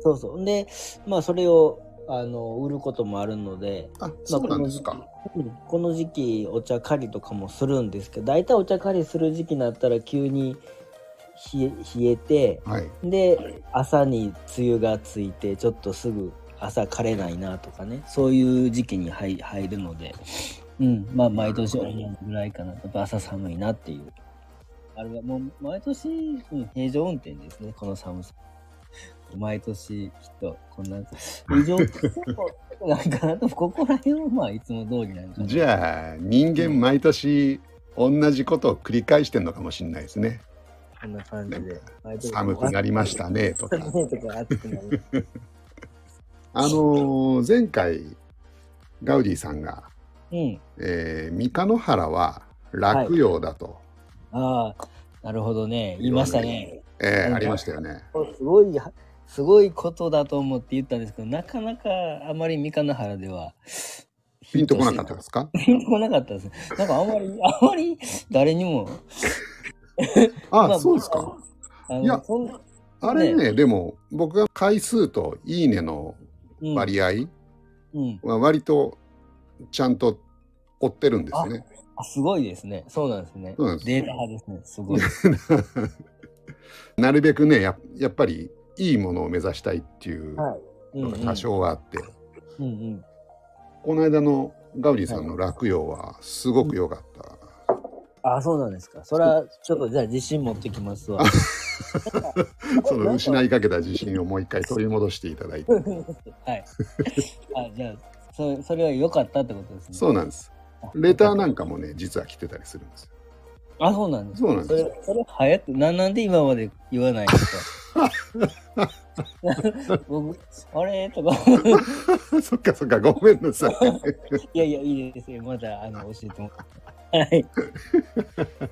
そうそう。で、まあ、それを、あの、売ることもあるので、あ、そうなんですか。うんこの時期お茶狩りとかもするんですけど、大体お茶狩りする時期になったら急に冷え冷えて、はい。で、朝に梅雨がついて、ちょっとすぐ朝枯れないなとかね、そういう時期に入入るので、うん、まあ、毎年同じぐらいかな。やっぱ朝寒いなっていう。あれはもう、毎年、うん、平常運転ですね、この寒さ。毎年、きっと、こんな、異常なんかなと、ここら辺はまあ、いつも通りなんかな。じゃあ、人間毎年同じことを繰り返してんのかもしれないですね。こんな感じで。寒くなりましたねと か寒いとか暑くなる。あのー前回、ガウディさんが、うん。えー三河原は落葉だと、ああ、なるほどね。言いましたね。えうーんありましたよね。すごい、すごいことだと思って言ったんですけど、なかなかあまり三河原では。ピンとこなかったですかピンとこなかったです。なんかあんまり、あんまり誰にも。あ、まあそうですか。あのいやそんなあれね、でも僕が回数といいねのうん、割合うん。は割とちゃんと追ってるんですね。あ、すごいですね。そうなんですね。そうなんですデータ派ですね。すごい。なるべくねや、やっぱりいいものを目指したいっていううんのうがん多少はあって、うんうん。この間のガウディさんの落葉はすごく良かった。あ、そうなんですか。それは、ちょっと、じゃあ自信持ってきます わ。その失いかけた自信をもう一回取り戻していただいて。はい。あ、じゃあ、そそれは良かったってことですね。そうなんです。レターなんかもね、実は来てたりするんですよ。あ、そうなんですか。そうなんそですよ。れ、それ早く、なんなんで今まで言わないん ですか僕、あれとか、 そっかそっか、ごめんなさい。いやいや、いいですよ。まだ、あの、教えてもらって。は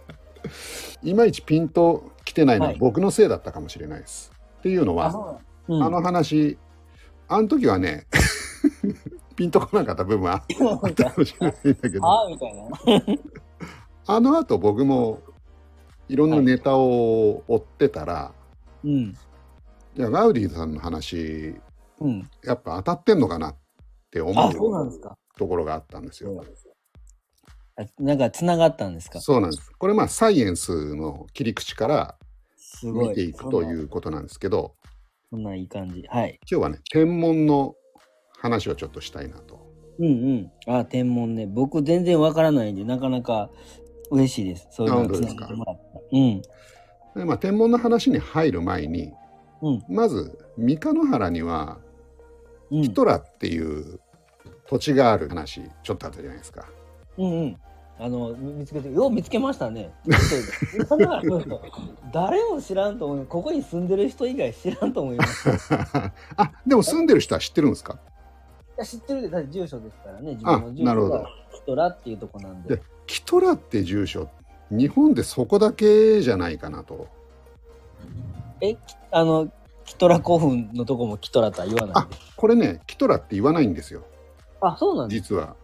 い。いまいちピンと来てないのははい僕のせいだったかもしれないです。っていうのは、うあの話、あの時はね、 ピンとこなかった部分はあったかもしれないんだけど、ああ、みたいな。あの後僕もいろんなネタを追ってたら、うん。いやガウディさんの話、うん。やっぱ当たってんのかなって思あ、そうなんうですか。ところがあったんですよ。あなんか、つながったんですか。そうなんです。これまあサイエンスの切り口からすごい。。見ていくといううことなんですけど、そんないい感じ。はい。今日はね、天文の話をちょっとしたいなと。うんうん。あ、天文ね。僕、全然わからないんで、なかなか嬉しいです。そういうのあ本当つでなすかがってもらった。うん。でまあ、天文の話に入る前に、うん。まず三河原にはうん。ヒトラっていう土地がある話ちょっとあったじゃないですか。 うんうん。あのみ見つけてよう見つけましたね。 ちょっと今のはちょっと誰も知らんと思う。ここに住んでる人以外知らんと思います。 いあでも住んでる人は知ってるんですかや知ってるけどだって住所ですからね。自分の住なるほ所どがヒトラっていうとこなんでで。キトラって住所日本でそこだけじゃないかなと。えきあのキトラ古墳のとこもキトラとは言わないんです。これねキトラって言わないんですよあそうなんです。実は。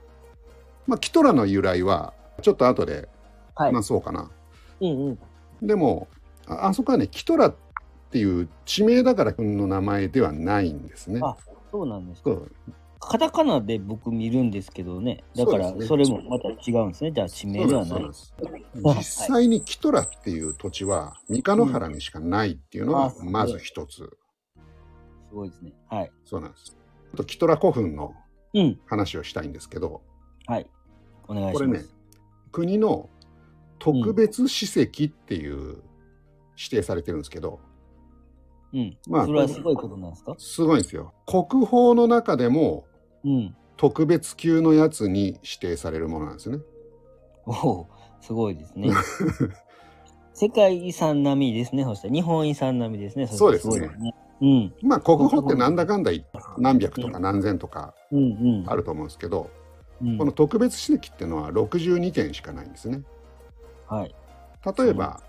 まあキトラの由来はちょっと後ではい。話そうかな。うんうん。でもああそこはねキトラっていう地名だから君の名前ではないんですね。あそうなんですか。そうカタカナで僕見るんですけどね。だからそうですねそれもまた違うんですね。じゃあ地名ではない。そうなんですそうなんです実際にキトラっていう土地は三日野原にしかないっていうのうんあはそうまず一つ、すごいですね。はい。そうなんですあとキトラ古墳のうん。話をしたいんですけどはい。お願いします。これね国の特別史跡っていう指定されてるんですけど、うん。まあそれはすごいことなんですか。すごいんですよ国宝の中でもうん。特別級のやつに指定されるものなんですねおお、すごいですね。世界遺産並みですね、そしたら日本遺産並みですね、したらそうですねごいね。うん、まあ国宝ってなんだかんだ言って何百とか何千とかうん、あると思うんですけど、うん。この特別史跡っていうのは62件しかないんですねうん、はい。例えば、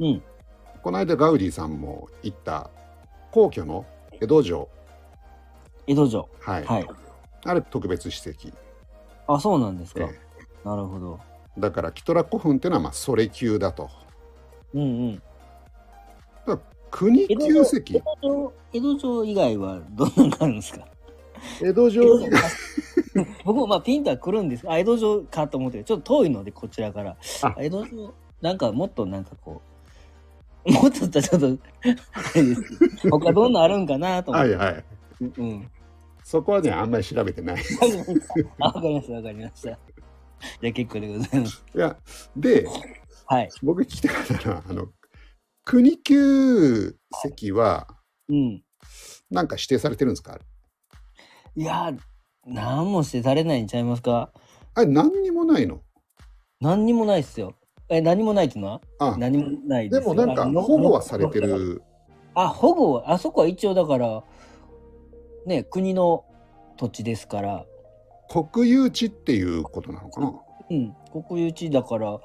うん、この間ガウディさんも行った皇居の江戸城、江戸城。はいはい。あれ特別史跡、あ、そうなんですか。えなるほど。えだからキトラ古墳っていうのはまあそれ級だとうんうん。国江戸旧城石江戸城江戸城以外はどんなのがあるん ですか江戸江戸城城僕もまあピンとは来るんですあ江戸城かと思ってちょっと遠いのでこちらからあ江戸城なんかもっとなんかこうもっとってちょっとあれですけど他どんなのあるんかなと思っはて、いはいうん そこはねあんまり調べてないいあわかりましたわかりましたじゃあ結構でございますやではい僕聞きたかったのはあの国旧石はうんなんか指定されてるんですかいやー何もしてされないんちゃいますかあれ何にもないの何にもないっすよえ何もないっていうのはあ何もないですよもなんかあの保護はされてるあ保護はあそこは一応だからね国の土地ですから、国有地っていうことなのかなうん、国有地だから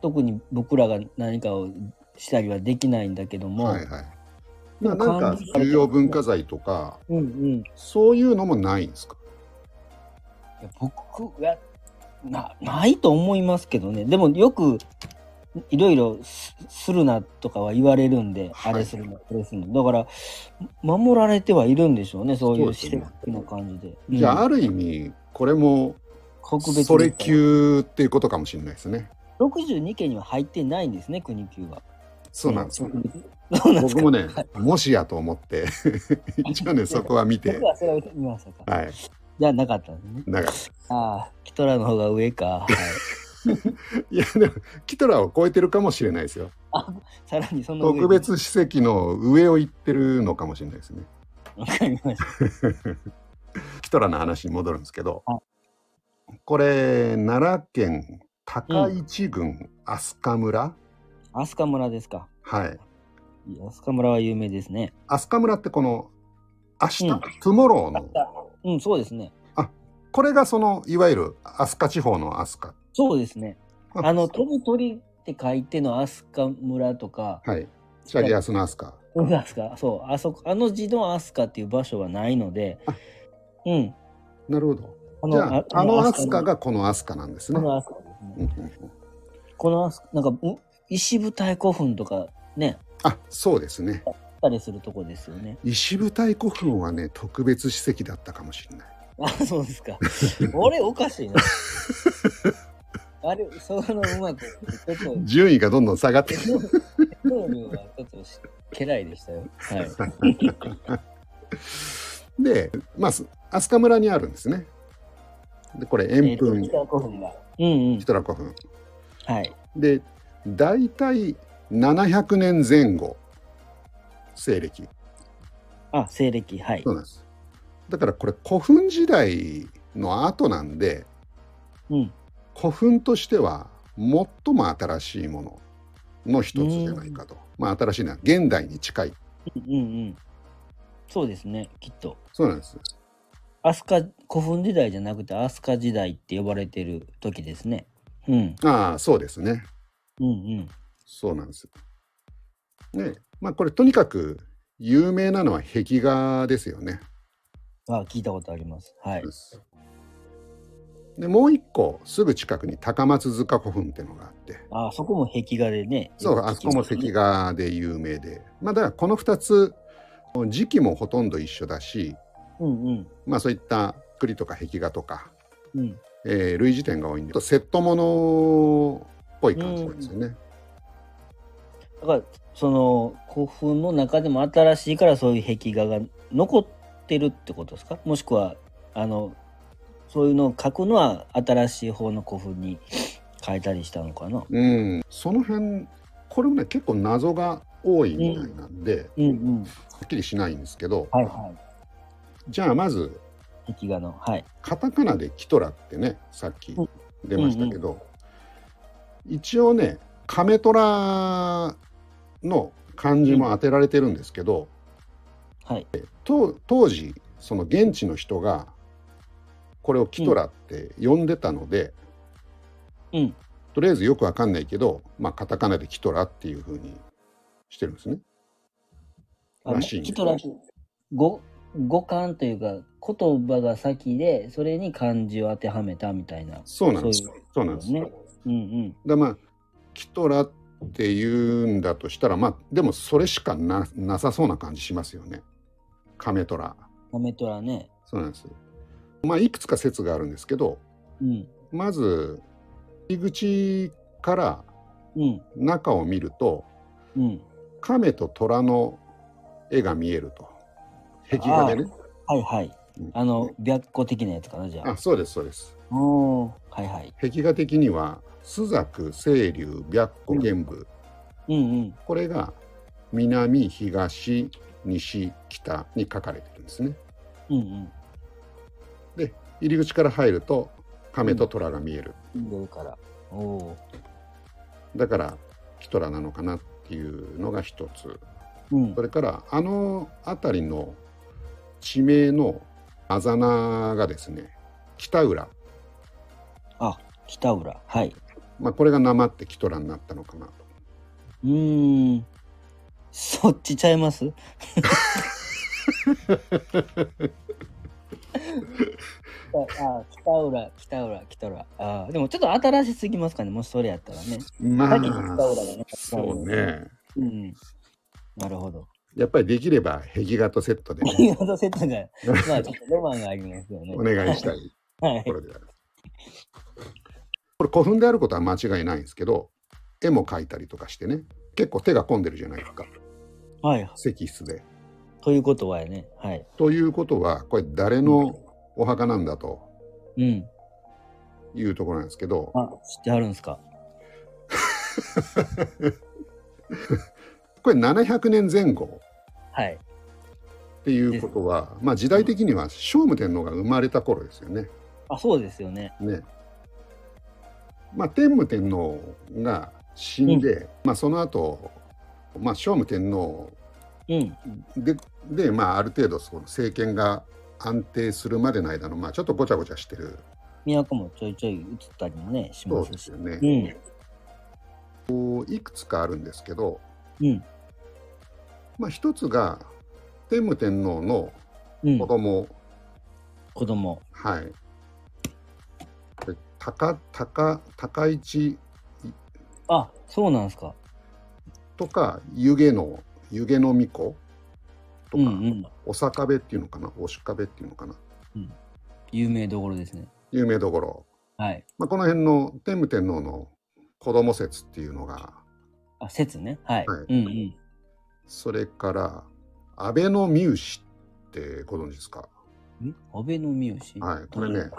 特に僕らが何かをしたりはできないんだけども、はいはいななん管か理されてる重要文化財とかうんうん、いそういうのもないんですかや僕はなないと思いますけどねでもよくいろいろすするなとかは言われるんで、はいあれするなこれするなだから守られてはいるんでしょうねそういうそ施うです設ねの感じで。じゃあうんある意味これも特別それに級っていうことかもしれないですね。 62件には入ってないんですね、国級は。そうなんですよ。そうなんです僕か。もね、もしやと思って、 一応ね、そこは見て僕、はそれを見ましたか。はい、じゃあなかったんですね。なんか、ああ、キトラの方が上か。は い、いや、でも、キトラを超えてるかもしれないですよ。さらにその上に特。 別史跡の上を行ってるのかもしれないですね。わかりました。キトラの話に戻るんですけどは、これ、奈良県高市郡飛鳥村、飛鳥村ですか。はい。いや飛鳥村は有名ですね。飛鳥村ってこの、明日、うんトゥモローの、うん、そうですね。これがその、いわゆる飛鳥地方の飛鳥。そうですね。ああの、飛ぶ鳥って書いての飛鳥村とか、はい。チャリアスの飛鳥。そうなんですか。そう、あそこ、あの地の飛鳥っていう場所はないのであ、うん。なるほど。あじゃあ、あの飛鳥のがこの飛鳥なんですこね。の飛鳥ですねう。んうんうんこのあそなんかう石舞台古墳とかねあ、そうですね。あったりするとこですよね。 石舞台古墳はね、特別史跡だったかもしれない。あそうです か。俺おかしいな。あれそのうまくちょっと順位がどんどん下がってくる。能量がちょっとし家来でしたよ。はい。で、まあ、す飛鳥村にあるんですね。で、これ、え円っと墳、北古墳が。うんうんヒ。トラ古墳。はい。で、大体700年前後、西暦。あ西暦はいそう。なんです。だから、これ、古墳時代の後なんで、うん。古墳としては最も新しいものの一つじゃないかと、まあ新しいのは現代に近いうんうん。そうですねきっと。そうなんです飛鳥古墳時代じゃなくて飛鳥時代って呼ばれてる時ですね。うんああそうですねうんうん。そうなんですねまあこれとにかく有名なのは壁画ですよね、あ聞いたことあります。はい。でもう一個すぐ近くに高松塚古墳っていうのがあってあそこも壁画でね。そうよくあ聞そきこもますね壁。画で有名でまあだからこの2つ時期もほとんど一緒だしうんうん。まあそういった栗とか壁画とかうん、えー類似点が多いんでちょっとセットものっぽい感じなんですよね。だからその古墳の中でも新しいからそういう壁画が残ってるってことですかもしくはあのそういうのを描くのは新しい方の古墳に変えたりしたのかなうん、その辺これもね結構謎が多いみたいなんで、はうんうんっきりしないんですけど、はいはじゃあまずい壁画のはいカタカナでキトラってねさっきうん出ましたけど、一応ねカメトラの漢字も当てられてるんですけど、はいと当時その現地の人がこれをキトラって呼んでたので、うんとりあえずよくわかんないけど、まあ、カタカナでキトラっていうふうにしてるんですね。あらしいんですキトラ語語感というか言葉が先でそれに漢字を当てはめたみたいなそうなんです。そうなんです。ねうんだまあキトラっっていうんだとしたらまあでもそれしかななさそうな感じしますよねカメトラカメトラね。そうなんですまあいくつか説があるんですけどうん。まず入り口からうん。中を見るとうん。亀と虎の絵が見えると壁画でねはいはい。うんあの、白虎的なやつかな、じゃああ。そうですそうですおお。はいはい。壁画的には朱雀清流白虎玄武、うんうん。これが南東西北に書かれてるんですねうん入り口から入ると亀と虎が見える、うん。出るから。おお。だからキトラなのかなっていうのが一つうんそ。れからあの辺りの地名のあざながですね北浦、あ、北浦。はい。まあ、これがなまってキトラになったのかなとうーん。そっちちゃい ますああ北浦北浦北浦あーでもちょっと新しすぎますかねもしそれやったらねま先に北浦あがねそうねうんなるほどやっぱりできれば壁画とセットで 見事セットじゃないまあちょっとロマンがあります よねお願いしたいはいこれである。これ古墳であることは間違いないんですけど絵も描いたりとかしてね結構手が込んでるじゃないですかはい石室で。ということはやねはいということはこれ誰のお墓なんだとうんいうところなんですけどあ知ってはるんですかこれ700年前後はいっていうことは、まあ、時代的には聖武天皇が生まれた頃ですよね。あそうですよねねまあ、天武天皇が死んで、まあ、その後、まあ聖武天皇うんでで、まあ、ある程度その政権が安定するまでの間の、まあ、ちょっとごちゃごちゃしてる都もちょいちょい移ったりもねしそまうすですしよね、うんこういくつかあるんですけど、うんまあ、一つが天武天皇のうん子供、子供はいで高高高市あそうなんですかとか湯気の湯気の巫女とうんか、うんおさかべっていうのかなおしかべっていうのかな有名どころですね有名どころ、はいまあ、この辺の天武天皇の子供説っていうのがあ説ねはい、はういんうんそれから安倍のミュ氏ってご存知ですか。え安倍の三好はい、これね、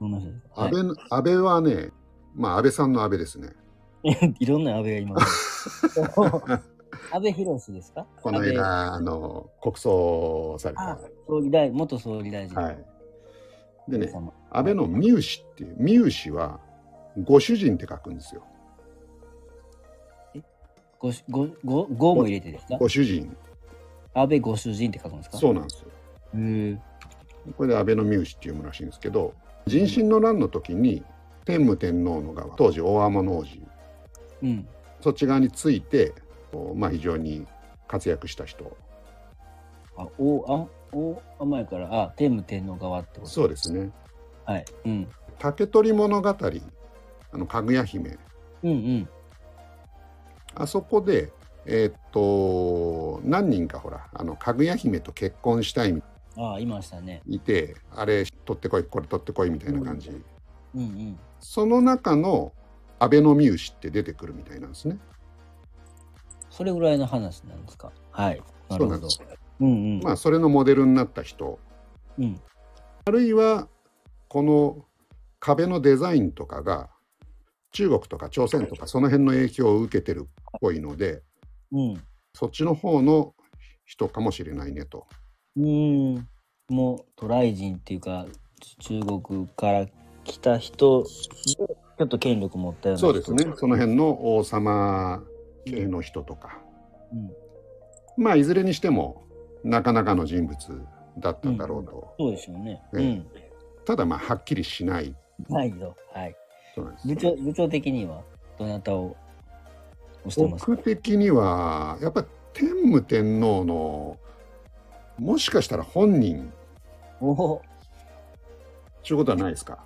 どんな人ですか安倍の、安倍はね、まあ安倍さんの安倍ですね。はい、 いろんな安倍がいます ね安倍博士ですかこの安倍間あの国葬されあた。総理大元総理大臣、はい。でね、様安倍のミュ氏っていうミュ氏はご主人って書くんですよ。ごしごごごも入れてですかご主人。安倍ご主人って書くんですかそうなんですよ。うへえこれで安倍のミュ氏っていうらしいんですけど、壬申の乱の時に天武天皇の側、当時大天皇子、うんそっち側について、こうまあ非常に活躍した人。あおあおあ前からあ天武天皇側ってことそうですね。はいうん竹取物語、あのかぐや姫、うんうんあそこで、えーっと、何人かほら、あのかぐや姫と結婚したいああいましたねいて、あれ取ってこい、これ取ってこいみたいな感じ。うんうんその中の安倍のミュ氏って出てくるみたいなんですね。それぐらいの話なんですかはいなそるうなほんどです。うんうん、まあ、それのモデルになった人、うんあるいはこの壁のデザインとかが中国とか朝鮮とかその辺の影響を受けてるっぽいので、うんそっちの方の人かもしれないねと。うーんもう渡来人っていうか中国から来た人でちょっと権力持ったようなそうですね。その辺の王様系の人とか、うん、まあいずれにしてもなかなかの人物だったんだろうと。そうでしょうね、ええただまあはっきりしないうんないけどはい人なんです部よ。長部長的にはどなたを推してますか僕的にはやっぱり天武天皇のもしかしたら本人おおちゅうことはないですか。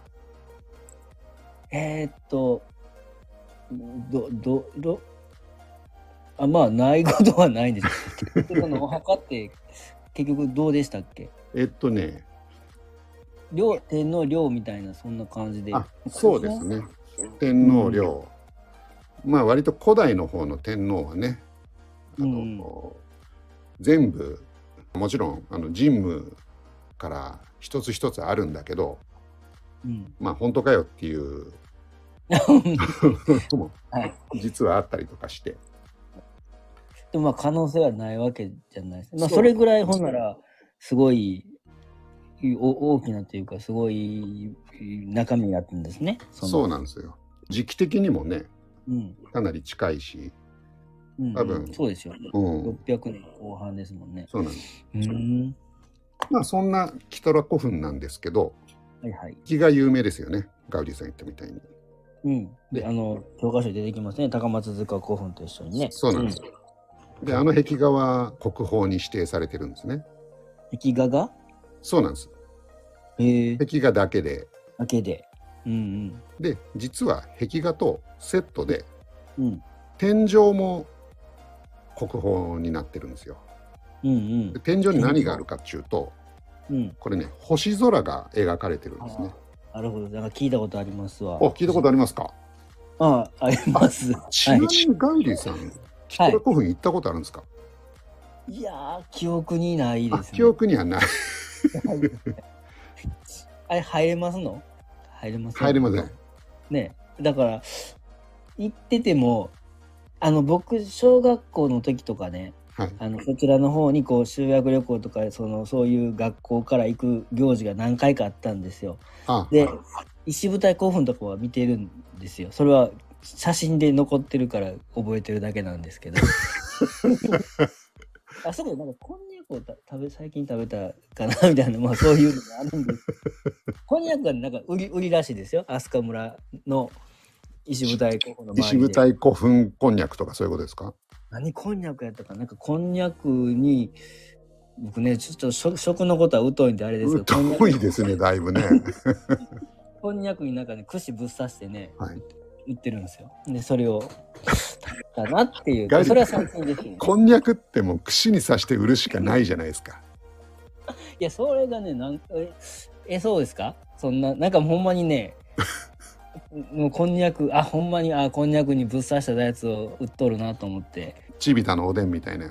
えー、っとどどどあまあないことはないんです結局このお墓って結局どうでしたっけえっとね、寮天皇寮みたいなそんな感じであそうですね、天皇陵、まあ割と古代の方の天皇はね、あのうん全部、もちろんあの神武から一つ一つあるんだけど、うん、まあ本当かよって いうこともはい、実はあったりとかして、でもまあ可能性はないわけじゃないですまあそうそれぐらいほんならすごいお大きなというかすごい中身になってるんですねそのうなんですよ。時期的にもね、うんかなり近いし、うん、多分そうですよ、うん、 600年後半ですもんねそうなんです。うんまあそんなキトラ古墳なんですけど、はいはい木が有名ですよね、ガウディさん言ったみたいに。うん、でであの教科書に出てきますね高松塚古墳と一緒にねそうなんです、で、あの壁画は国宝に指定されてるんですね。うん壁画がそうなんです。へえ壁画だけで、だけでうんで、実は壁画とセットで、うんうん天井も国宝になってるんですよ。うんで天井に何があるかっていうと、うんうんこれね、星空が描かれてるんですね。なるほどなんか聞いたことありますわお、聞いたことありますか。ああありますちなみにガウディさん、キトラ古墳行ったことあるんですか。いやー記憶にないであ、すね記憶にはない。あれ入れますの入れます入れません。ねだから行っててもあの僕小学校の時とかねはい。あのこちらの方にこう修学旅行とかそのそういう学校から行く行事が何回かあったんですよ。あ、で石舞台興奮とかは見てるんですよ。それは写真で残ってるから覚えてるだけなんですけ ど。あそこでなんかこんにゃくをた食べ最近食べたかなみたいな、まあ、そういうのがあるんですけどこんにゃくがなんか売り売りらしいですよ飛鳥村の石舞台興奮の周りで石舞台古墳こんにゃくとかそういうことですか。何こんにゃくやったかなんかこんにゃくに僕ねちょっと食食のことは疎いんであれですけどこんにゃ遠くいですね、だいぶね。こんにゃくになんかね串ぶっ刺してね、はい売ってるんですよでそれを食べたなっていガうリそれは最近ですねこんにゃくってもう串に刺して売るしかないじゃないですか。いやそれがねなんええそうですかそんななんかほんまにねもうこんにゃくあほんまにあこんにゃくにぶっ刺したやつを売っとるなと思ってちびたのおでんみたいな。い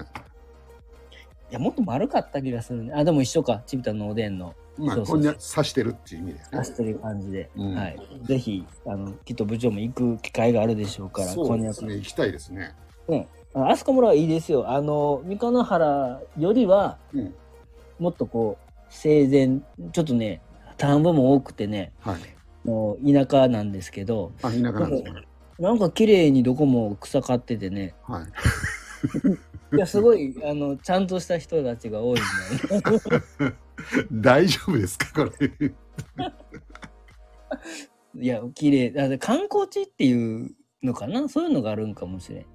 やもっと丸かった気がするねあでも一緒かちびたのおでんのまあ、そうそうそうこんにゃく刺してるっていう意味だよ出ね。してる感じで、うんはい、ぜひあのきっと部長も行く機会があるでしょうからそこうんにでゃすくね。行きたいですね。ああそこ村はいいですよあの三河原よりはうん。もっとこう生前ちょっとね田んぼも多くてねはい。もう田舎なんですけどあ、田舎なんですね。なんか綺麗にどこも草刈ってて ねはい。いやすごいあのちゃんとした人たちが多いんだよね大丈夫ですか、こ れ。いや綺麗だって観光地っていうのかなそういうのがあるんかもしれん